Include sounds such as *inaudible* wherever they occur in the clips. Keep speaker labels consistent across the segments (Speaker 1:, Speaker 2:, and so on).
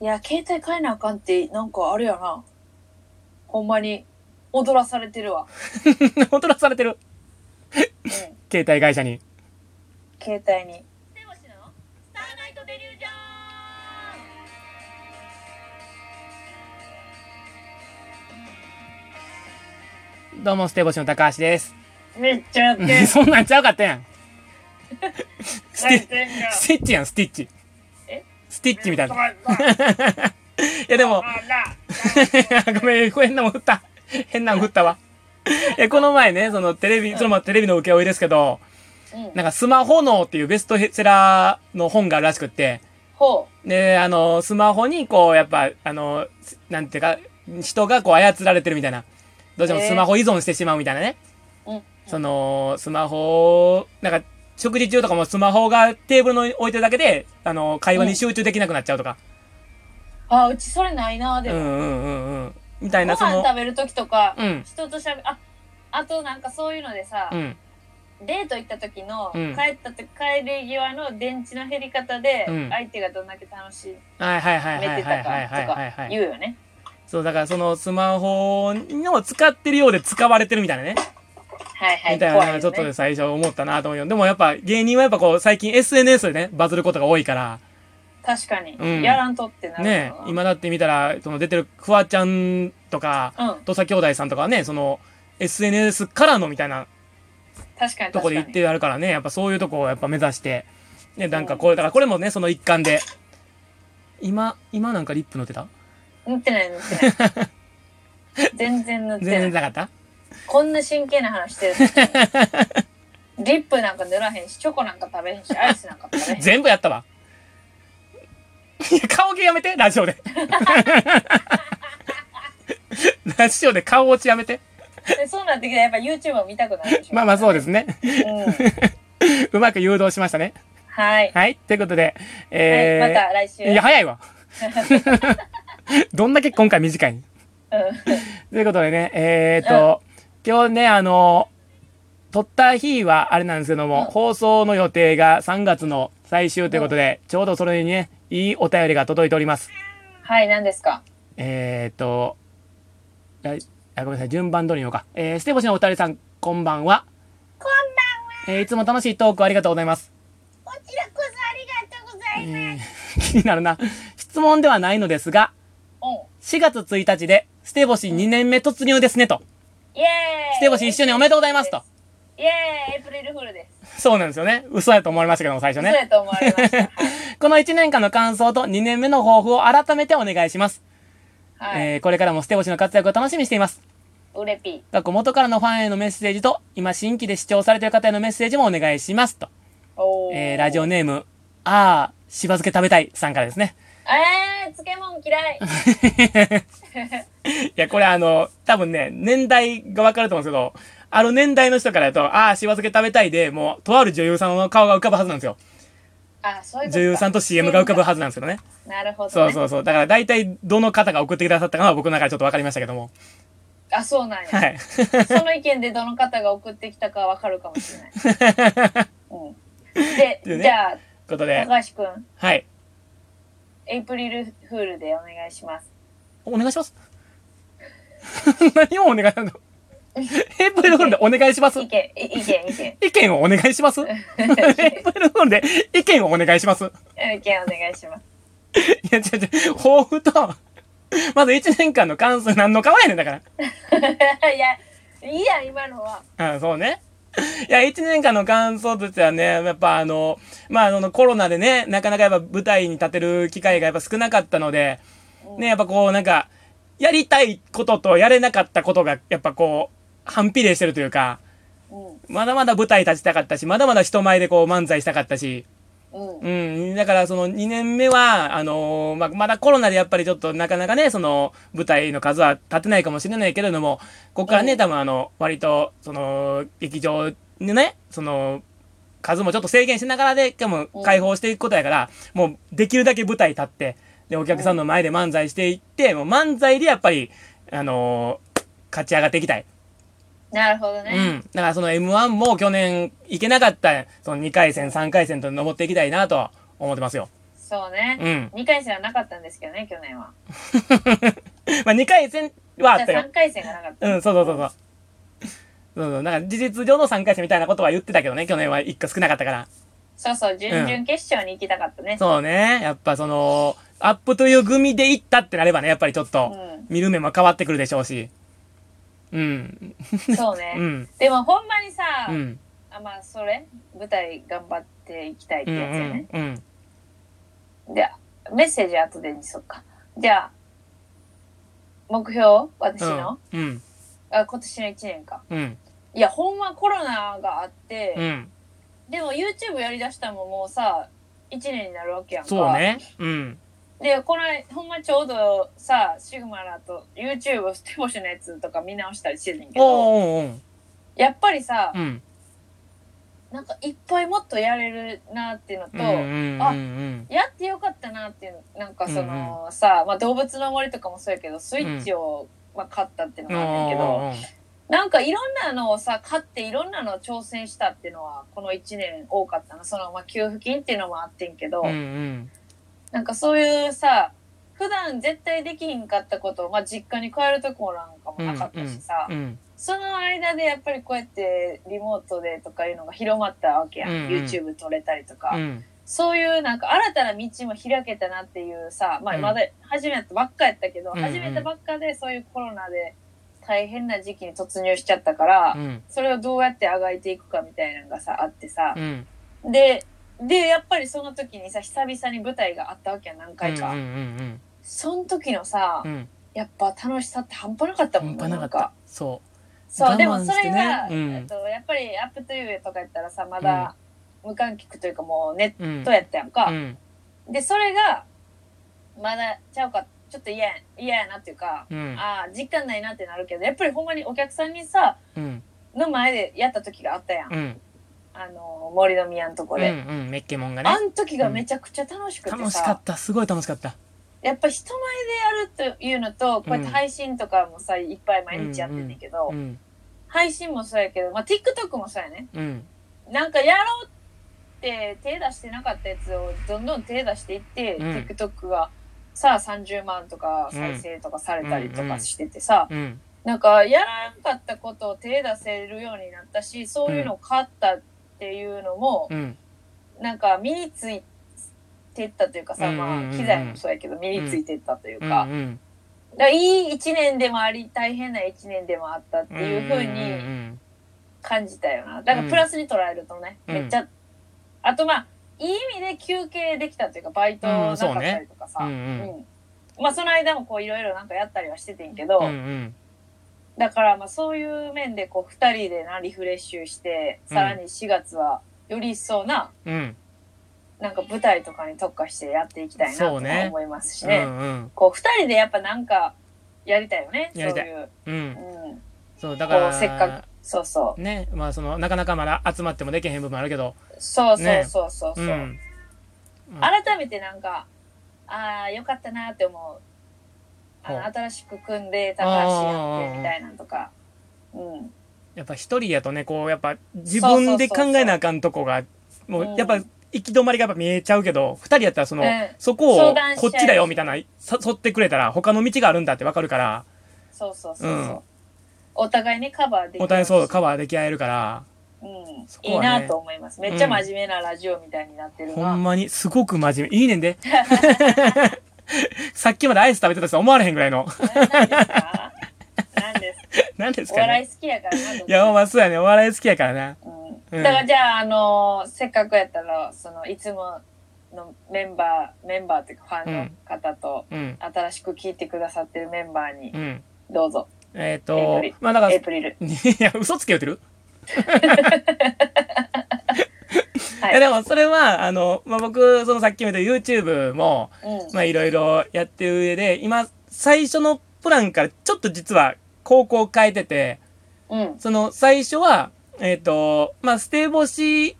Speaker 1: いや、携帯変えなあかんって、なんかあれやな。ほんまに、踊らされてるわ。
Speaker 2: *laughs* 踊らされてる。
Speaker 1: うん。
Speaker 2: 携帯会社に。
Speaker 1: 携帯に。
Speaker 3: スターナイトデリュージョン
Speaker 2: どうも、ステゴシの高橋です。。
Speaker 1: めっちゃやってん
Speaker 2: *laughs* そんなんちゃうかった
Speaker 1: *laughs*
Speaker 2: やん。ス
Speaker 1: やっ
Speaker 2: テ
Speaker 1: てんじゃん。
Speaker 2: スティッチやん、スティッチ。
Speaker 1: え
Speaker 2: スティッチみたいな。い
Speaker 1: な。あ
Speaker 2: や、 *laughs* でも、
Speaker 1: ら。
Speaker 2: ごめん、変なもん振った。変なもん振ったわ。え、この前ね、そのテレビ、そのまあテレビの受け負いですけど、
Speaker 1: うん。
Speaker 2: なんかスマホ脳っていうベストセラーの本があるらしくって、
Speaker 1: ほ
Speaker 2: で、あの、スマホにこう、やっぱ、あの、なんていうか、人がこう操られてるみたいな。どうしても
Speaker 1: えー
Speaker 2: スマホ依存してしまうみたいなね。
Speaker 1: う。うん。
Speaker 2: その、スマホをなんか、食事中とかもスマホがテーブルの置いてるだけで、あの、会話に集中できなくなっちゃうとか。
Speaker 1: あ、うちそれないな、
Speaker 2: う
Speaker 1: で
Speaker 2: んう
Speaker 1: も。
Speaker 2: んうんうん。みたい
Speaker 1: ご
Speaker 2: な、そ
Speaker 1: 飯
Speaker 2: の、
Speaker 1: 食べるときとか、
Speaker 2: うん、
Speaker 1: 人としゃべ、あ、あとなんかそういうのでさ
Speaker 2: う、ん、
Speaker 1: デート行った時の、
Speaker 2: うん
Speaker 1: 帰ったと帰り際の電池の減り方で、
Speaker 2: うん
Speaker 1: 相手がどんだけ楽し
Speaker 2: はいはいはいは
Speaker 1: め
Speaker 2: い
Speaker 1: て
Speaker 2: はい
Speaker 1: た
Speaker 2: はいはい
Speaker 1: か
Speaker 2: はい、
Speaker 1: とか
Speaker 2: はい。
Speaker 1: 言うよね。
Speaker 2: そう、だからそのスマホを使ってるようで使われてるみたいなね。
Speaker 1: はいはい。
Speaker 2: みたい
Speaker 1: 怖
Speaker 2: な
Speaker 1: よ
Speaker 2: いのが
Speaker 1: ね
Speaker 2: ちょっと最初思ったなと思うよ。でもやっぱ芸人はやっぱこう最近 SNS でね、バズることが多いから、
Speaker 1: 確かに、
Speaker 2: うん
Speaker 1: やらんとってなる
Speaker 2: ね
Speaker 1: よ、な
Speaker 2: 今だって見たら、その出てるフワちゃんとか、
Speaker 1: うん
Speaker 2: 土佐兄弟さんとかはね、その SNS からのみたいな
Speaker 1: 確かに確かに
Speaker 2: とこで言ってあるからね、やっぱそういうとこをやっぱ目指して、ね、なんかこれ、だからこれもね、その一環で、今、今なんかリップ塗ってた
Speaker 1: 塗ってない塗ってない
Speaker 2: *laughs*
Speaker 1: 全然塗っ
Speaker 2: 全
Speaker 1: て
Speaker 2: 然
Speaker 1: ない
Speaker 2: なかった
Speaker 1: こんな真剣な話してるのにリップなんか塗らへんしチョコなんか食べへんしアイスなんか食べへん
Speaker 2: 全部やったわ。 *laughs* いや顔芸やめて、ラジオで。 *laughs* ラジオで顔落ちやめて。
Speaker 1: でそうなってきたらやっぱ YouTube を見たくなるでしょ、
Speaker 2: まあまあそうですすね。
Speaker 1: うん、
Speaker 2: うまく誘導しましたね。
Speaker 1: はい、
Speaker 2: はい。ということで、 *laughs* えー
Speaker 1: はい、また来週
Speaker 2: いや、
Speaker 1: *laughs*
Speaker 2: 早いわ。 *laughs* どんだけ今回短いんということでね、えーっと、今日ね、あの、撮った日はあれなんですけども、
Speaker 1: うん
Speaker 2: 放送の予定が3月の最終ということで、ちょうどそれにね、いいお便りが届いております。
Speaker 1: うん、はい何ですか
Speaker 2: えーっと、ああごめんなさい、順番通りのか。えー、ステボシのお二人さん、こんばんは。
Speaker 3: こんばんは
Speaker 2: えーいつも楽しいトークありがとうございます。 *laughs*
Speaker 3: こちらこそありがとうございます
Speaker 2: えー気になるな。質問ではないのですが、
Speaker 1: う
Speaker 2: 4月1日で、ステボシ2年目突入ですね、と。
Speaker 1: んイエーイ
Speaker 2: ステボシ一緒におめでとうございます、と。
Speaker 1: イエーイエイプリルフールです
Speaker 2: そうなんですよね。嘘やと思われましたけども、最初
Speaker 1: 嘘
Speaker 2: ね。
Speaker 1: やと思われました
Speaker 2: この1年間の感想と2年目の抱負を改めてお願いします。
Speaker 1: はい、
Speaker 2: *laughs* えーこれからもステボシの活躍を楽しみにしています。
Speaker 1: ウレピ
Speaker 2: 過去元からのファンへのメッセージと、今新規で視聴されている方へのメッセージもお願いします、と。
Speaker 1: おー
Speaker 2: えーラジオネーム、あー、しば漬け食べたいさんからですね。
Speaker 1: えー、漬物嫌い
Speaker 2: いや、これあの、多分ね、年代がわかると思うんですけど、あの年代の人からだと、あー、しば漬け食べたいで、もう、とある女優さんの顔が浮かぶはずなんですよ。
Speaker 1: あそういうこと
Speaker 2: 女優さんと CM が浮かぶはずなんですけどね。
Speaker 1: ず *laughs* なるほど、ね、
Speaker 2: そうそうそう。だから大体、どの方が送ってくださったかは僕の中でちょっとわかりましたけども。
Speaker 1: あそうなんや、
Speaker 2: はい。 *laughs*
Speaker 1: その意見でどの方が送ってきたかわかるかもしれない。
Speaker 2: *laughs*
Speaker 1: うん、で、
Speaker 2: でね
Speaker 1: じゃあ、
Speaker 2: ことで、
Speaker 1: 高橋くん、
Speaker 2: はい。
Speaker 1: エイプリルフールでお願いします。
Speaker 2: お願いします。 *laughs* 何をお願いなのヘイプリルフールでお願いします
Speaker 1: 意。見、い意見、意
Speaker 2: *laughs*
Speaker 1: 見。
Speaker 2: 意見をお願いします。ヘイプリルフールで意見をお願いします。
Speaker 1: 意見お願いします。 *laughs*
Speaker 2: いや、違う違う、抱負と、まず1年間の感想何の顔やねんだか
Speaker 1: いや、いいや、今のは。
Speaker 2: ら。あそうね。いや、1年間の感想としてはね、やっぱあの、まあ、あの、コロナでね、なかなかやっぱ舞台に立てる機会がやっぱ少なかったので、ね、やっぱこう、なんか、やりたいこととやれなかったことが、やっぱこう、反比例してるというか、
Speaker 1: うん、
Speaker 2: まだまだ舞台立ちたかったし、まだまだ人前でこう漫才したかったし、
Speaker 1: うん、
Speaker 2: うん、だからその2年目は、あのーまあ、まだコロナでやっぱりちょっとなかなかね、その舞台の数は立てないかもしれないけれども、ここから
Speaker 1: う
Speaker 2: ね、
Speaker 1: ん
Speaker 2: 多分あの、割と、その、劇場のね、その、数もちょっと制限しながらで、でも
Speaker 1: うん
Speaker 2: 解放していくことやから、もうできるだけ舞台立って、で、お客さんの前で漫才していって、もう漫才でやっぱり、あのー勝ち上がっていきたい。
Speaker 1: なるほど
Speaker 2: う
Speaker 1: ね。
Speaker 2: ん。だからその M1 も去年行けなかった、その2回戦、3回戦と登っていきたいなとは思ってますよ。
Speaker 1: そうね。
Speaker 2: うん。
Speaker 1: 2回戦はなかったんですけどね、去年は。
Speaker 2: まあ、2回戦はあった
Speaker 1: じゃあ
Speaker 2: よ
Speaker 1: 3。回戦がなかった。
Speaker 2: うん、そうそうそうそう。そうそう。なんか事実上の3回戦みたいなことは言ってたけどね、去年は1個少なかったから。
Speaker 1: そうそう、準々決勝に行きたかったね。
Speaker 2: そうね。やっぱその、アップという組で行ったってなればね、やっぱりちょっと、
Speaker 1: う
Speaker 2: 見る目も変わってくるでしょうし。うん。
Speaker 1: ん、そう
Speaker 2: う
Speaker 1: ね。
Speaker 2: ん。
Speaker 1: でもほんまにさ、
Speaker 2: うん。
Speaker 1: あまあそれ舞台頑張っていきたいっ
Speaker 2: う
Speaker 1: て
Speaker 2: ん。う
Speaker 1: やつや
Speaker 2: ん
Speaker 1: ね。。
Speaker 2: うん
Speaker 1: で、メッセージ後でにそっか。じゃあ、目標私の、
Speaker 2: うん。
Speaker 1: あ今年の1年か。
Speaker 2: うん。
Speaker 1: いや、ほんまコロナがあって、
Speaker 2: うん。
Speaker 1: でも YouTube やりだしたのももうさ、1年になるわけやんか。
Speaker 2: そう。ね。うん。
Speaker 1: で、この間、ほんまちょうどさ、シグマらと YouTube ステボシのやつとか見直したりしてるんけど、
Speaker 2: おーおーおー
Speaker 1: やっぱりさ
Speaker 2: う、ん。
Speaker 1: なんかいっぱいもっとやれるなっていうのと、
Speaker 2: うんうんうんうん。
Speaker 1: やってよかったなっていうなんかその、さ、まあ、動物の森とかもそうやけどスイッチを、まあ、買ったっていうのがあるんやけど、
Speaker 2: おーおーおー
Speaker 1: なんかいろんなのをさ買っていろんなのを挑戦したっていうのはこの1年多かったなその、まあ、給付金っていうのもあってんけど、
Speaker 2: うんうん。
Speaker 1: なんかそういうさ普段絶対できひんかったことを、まあ、実家に帰るとこなんかもなかったしさ、
Speaker 2: うん。
Speaker 1: その間でやっぱりこうやってリモートでとかいうのが広まったわけやん、
Speaker 2: うんうん
Speaker 1: YouTube 撮れたりとか。
Speaker 2: うん。
Speaker 1: そういうなんか新たな道も開けたなっていうさ、まあ、
Speaker 2: うん
Speaker 1: まだ始めたばっかやったけど、
Speaker 2: うんうん
Speaker 1: 始めたばっかでそういうコロナで大変な時期に突入しちゃったから、
Speaker 2: うん。
Speaker 1: それをどうやってあがいていくかみたいなのがさあってさ
Speaker 2: う、ん。
Speaker 1: ででやっぱりその時にさ久々に舞台があったわけや何回か、
Speaker 2: うんうん
Speaker 1: その時のさ、
Speaker 2: うんうん。
Speaker 1: やっぱ楽しさって半端なかったもん
Speaker 2: 半端なかった
Speaker 1: んか
Speaker 2: そ
Speaker 1: そう、
Speaker 2: 我
Speaker 1: でも
Speaker 2: 慢
Speaker 1: そ
Speaker 2: して
Speaker 1: れ
Speaker 2: ね
Speaker 1: が、
Speaker 2: うん
Speaker 1: えっとやっぱりアップトゥーユーとかやったらさまだ無観客というかもうネ
Speaker 2: う。うん
Speaker 1: ット。やったやんか、
Speaker 2: うん。
Speaker 1: でそれがまだちゃうかちょっと嫌や嫌やなっていうか、
Speaker 2: うん。
Speaker 1: ああ実感ないなってなるけどやっぱりほんまにお客さんにさ
Speaker 2: うん。
Speaker 1: の前でやった時があったやん、
Speaker 2: うん。
Speaker 1: あの森の宮のとこ
Speaker 2: うん
Speaker 1: で、
Speaker 2: うん。メッケモンが
Speaker 1: あ
Speaker 2: ね。
Speaker 1: ん時がめちゃくちゃ楽しくてさ、
Speaker 2: 楽しかった。すごい楽しかった。
Speaker 1: やっぱ人前でやるというのとこうやって配信とかもさいっぱい毎日やってんねんけど、
Speaker 2: うん。
Speaker 1: 配信もそうやけど、まあ、TikTok もそうやね
Speaker 2: うん。
Speaker 1: なんかやろうって手出してなかったやつをどんどん手出していって、
Speaker 2: うん
Speaker 1: TikTok がさあ30万とか再生とかされたりとかしててさ、
Speaker 2: うん。
Speaker 1: なんかやらんかったことを手出せるようになったしそういうのを買ったっていうのも、
Speaker 2: うん。
Speaker 1: なんか身についてったというかさ、
Speaker 2: うんうんうんうん
Speaker 1: まあ機材もそうやけど身についてったという
Speaker 2: う
Speaker 1: か,、
Speaker 2: ん。うん。
Speaker 1: だからいい1年でもあり大変な1年でもあったっていうふうに。
Speaker 2: うん
Speaker 1: 感じたよなだからプラスに捉えるとね、
Speaker 2: うん
Speaker 1: めっちゃあとまあいい意味で休憩できたというかバイトなかったりとかさ、
Speaker 2: う
Speaker 1: うんん
Speaker 2: うん
Speaker 1: まあその間もこういろいろなんかやったりはしててんけど、
Speaker 2: うんうん
Speaker 1: だからまあそういう面でこう2人でなリフレッシュしてさらに4月はより一層な
Speaker 2: うん
Speaker 1: なんか舞台とかに特化してやっていきたいな
Speaker 2: そ
Speaker 1: と
Speaker 2: うね
Speaker 1: 思いますし
Speaker 2: う
Speaker 1: ね
Speaker 2: んうん
Speaker 1: こう2人でやっぱなんかやりたいよね
Speaker 2: やりたい
Speaker 1: そう
Speaker 2: うん
Speaker 1: いう、うん、
Speaker 2: そうだから
Speaker 1: こうせっかそうそう
Speaker 2: ねまあそのなかなかまだ集まってもできへん部分もあるけど
Speaker 1: そうそう
Speaker 2: ね
Speaker 1: そうそうそう、
Speaker 2: うん
Speaker 1: 改めてなんかああよかったなって思うあの
Speaker 2: ほう
Speaker 1: 新しく組んで高橋やってみたいなのとかうん
Speaker 2: やっぱ一人やとねこうやっぱ自分で考えなあかんとこがも
Speaker 1: うん
Speaker 2: うやっぱ行き止まりがやっぱ見えちゃうけど二人やったらその
Speaker 1: うん
Speaker 2: そこ
Speaker 1: 相
Speaker 2: を
Speaker 1: 談しちゃ
Speaker 2: こ
Speaker 1: う
Speaker 2: っちだよみたいなさ誘ってくれたら他の道があるんだってわかるから
Speaker 1: そうそうそうそう、
Speaker 2: うん
Speaker 1: お互いにカバーできる
Speaker 2: お互いそう
Speaker 1: し
Speaker 2: カバーでき合えるから
Speaker 1: うん
Speaker 2: そ
Speaker 1: いい
Speaker 2: こはね
Speaker 1: なと思いますめっちゃ真面目なラジオみたいになってる
Speaker 2: ほ
Speaker 1: な、
Speaker 2: んまにすごく真面目いいねん
Speaker 1: *laughs*
Speaker 2: でさっきまでアイス食べてた人思われへんぐらいの
Speaker 1: え何ですか何ですか
Speaker 2: 何です
Speaker 1: お笑い好き
Speaker 2: かね
Speaker 1: やからなと思って
Speaker 2: いや、まあ、そうやね。お笑い好きやからな。
Speaker 1: う、
Speaker 2: うんん
Speaker 1: だからじゃあ、あのせっかくやったらそのいつものメンバーメンバーというかファンの方と、
Speaker 2: うん。
Speaker 1: 新しく聞いてくださってるメンバーに
Speaker 2: うん。
Speaker 1: どうぞ
Speaker 2: えっ、
Speaker 1: エイ
Speaker 2: と
Speaker 1: プリ、
Speaker 2: まあ、だから、
Speaker 1: エイ
Speaker 2: *laughs* い
Speaker 1: プリル。
Speaker 2: や、嘘つけ
Speaker 1: *laughs*
Speaker 2: よってる、
Speaker 1: はい
Speaker 2: *laughs* い、や、でも、それは、あの、まあ、僕、そのさっきも言った YouTube も、
Speaker 1: うん
Speaker 2: まあ、いろいろやってる上で、今、最初のプランから、ちょっと実は、高校変えてて、
Speaker 1: うん。
Speaker 2: その、最初は、えっ、と、まあ、ステーボシ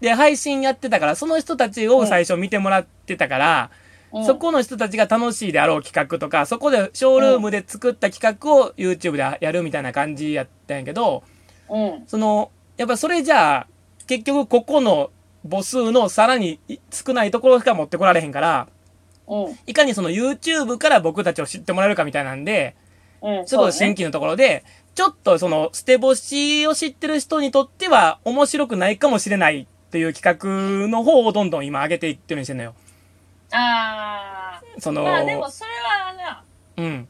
Speaker 2: で配信やってたから、その人たちを最初見てもらってたから、
Speaker 1: うん
Speaker 2: そこの人たちが楽しいであろう企画とか、そこでショールームで作った企画を YouTube でやるみたいな感じやったんやけど、
Speaker 1: うん。
Speaker 2: その、やっぱそれじゃあ、結局ここの母数のさらに少ないところしか持ってこられへんから、
Speaker 1: うん。
Speaker 2: いかにその YouTube から僕たちを知ってもらえるかみたいなんで、
Speaker 1: うん。
Speaker 2: ちょっと
Speaker 1: そうね
Speaker 2: 新規のところで、ちょっとその、捨て干しを知ってる人にとっては面白くないかもしれないっていう企画の方をどんどん今上げていってるようにしてるのよ。
Speaker 1: あ
Speaker 2: そ
Speaker 1: あ。
Speaker 2: の、
Speaker 1: まあでもそれはな、
Speaker 2: うん。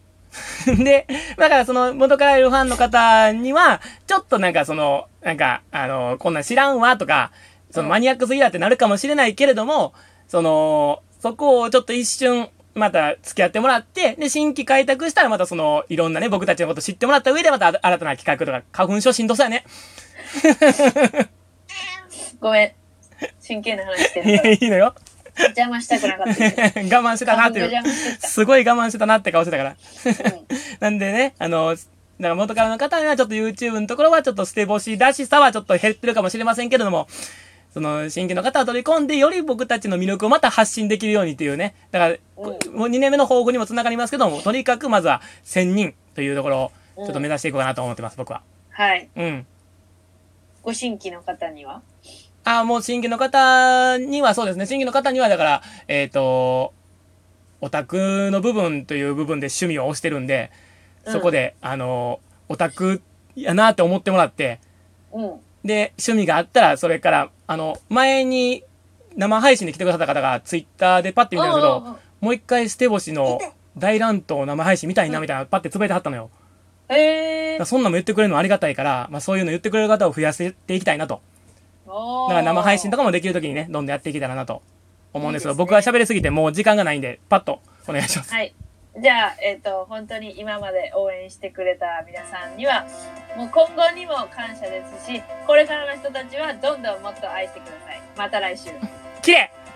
Speaker 2: *laughs* で、だからその元からいるファンの方には、ちょっとなんかその、なんか、あの、こんなん知らんわとか、そのマニアックすぎだってなるかもしれないけれども、その、そこをちょっと一瞬、また付き合ってもらって、で、新規開拓したらまたその、いろんなね、僕たちのこと知ってもらった上でまたあ新たな企画とか、花粉症しんどそうやね。
Speaker 1: ごめん。真剣な話して
Speaker 2: い
Speaker 1: るか
Speaker 2: *laughs* やいいのよ。
Speaker 1: ら。邪魔したくなかった。
Speaker 2: 我慢してたなってい
Speaker 1: 花粉が
Speaker 2: う。
Speaker 1: 邪魔して
Speaker 2: すごい我慢してたなって顔してたから。
Speaker 1: きた。うん。
Speaker 2: なんでね、あの、だから元からの方にはちょっと YouTube のところはちょっと捨て干しらしさはちょっと減ってるかもしれませんけれども、その新規の方を取り込んでより僕たちの魅力をまた発信できるようにっていうね。だから、こもう2年目の抱負にもつながりますけども、とにかくまずは1000人というところをちょっと目指していこうかなと思ってます、僕は。
Speaker 1: はい。
Speaker 2: うん。
Speaker 1: ご新規の方には
Speaker 2: ああ、もう新規の方にはそうですね、新規の方にはだから、えっ、と、オタクの部分という部分で趣味を推してるんで、
Speaker 1: うん
Speaker 2: そこで、あの、オタクやなって思ってもらって、
Speaker 1: うん。
Speaker 2: で、趣味があったら、それから、あの、前に生配信で来てくださった方が、ツイッターでパッて見たんですけ
Speaker 1: うんうんう
Speaker 2: ど
Speaker 1: ん、
Speaker 2: もう一回、捨て星の大乱闘生配信見たいな、みたいな、パッてつぶやいてはったのよ。
Speaker 1: へえ
Speaker 2: だから。そんなんも言ってくれるのありがたいから、まあそういうの言ってくれる方を増やしていきたいなと。
Speaker 1: だ
Speaker 2: だから生配信と
Speaker 1: か。
Speaker 2: かもできるときにね、どんどんやっていけたらなと思うんですけど、
Speaker 1: いいですね
Speaker 2: 僕は喋りすぎてもう時間がないんで、パッとお願いします。
Speaker 1: はい。じゃあ、えっ、と、本当に今まで応援してくれた皆さんには、もう今後にも感謝ですし、これからの人たちはどんどんもっと愛してください。また来週。
Speaker 2: 綺麗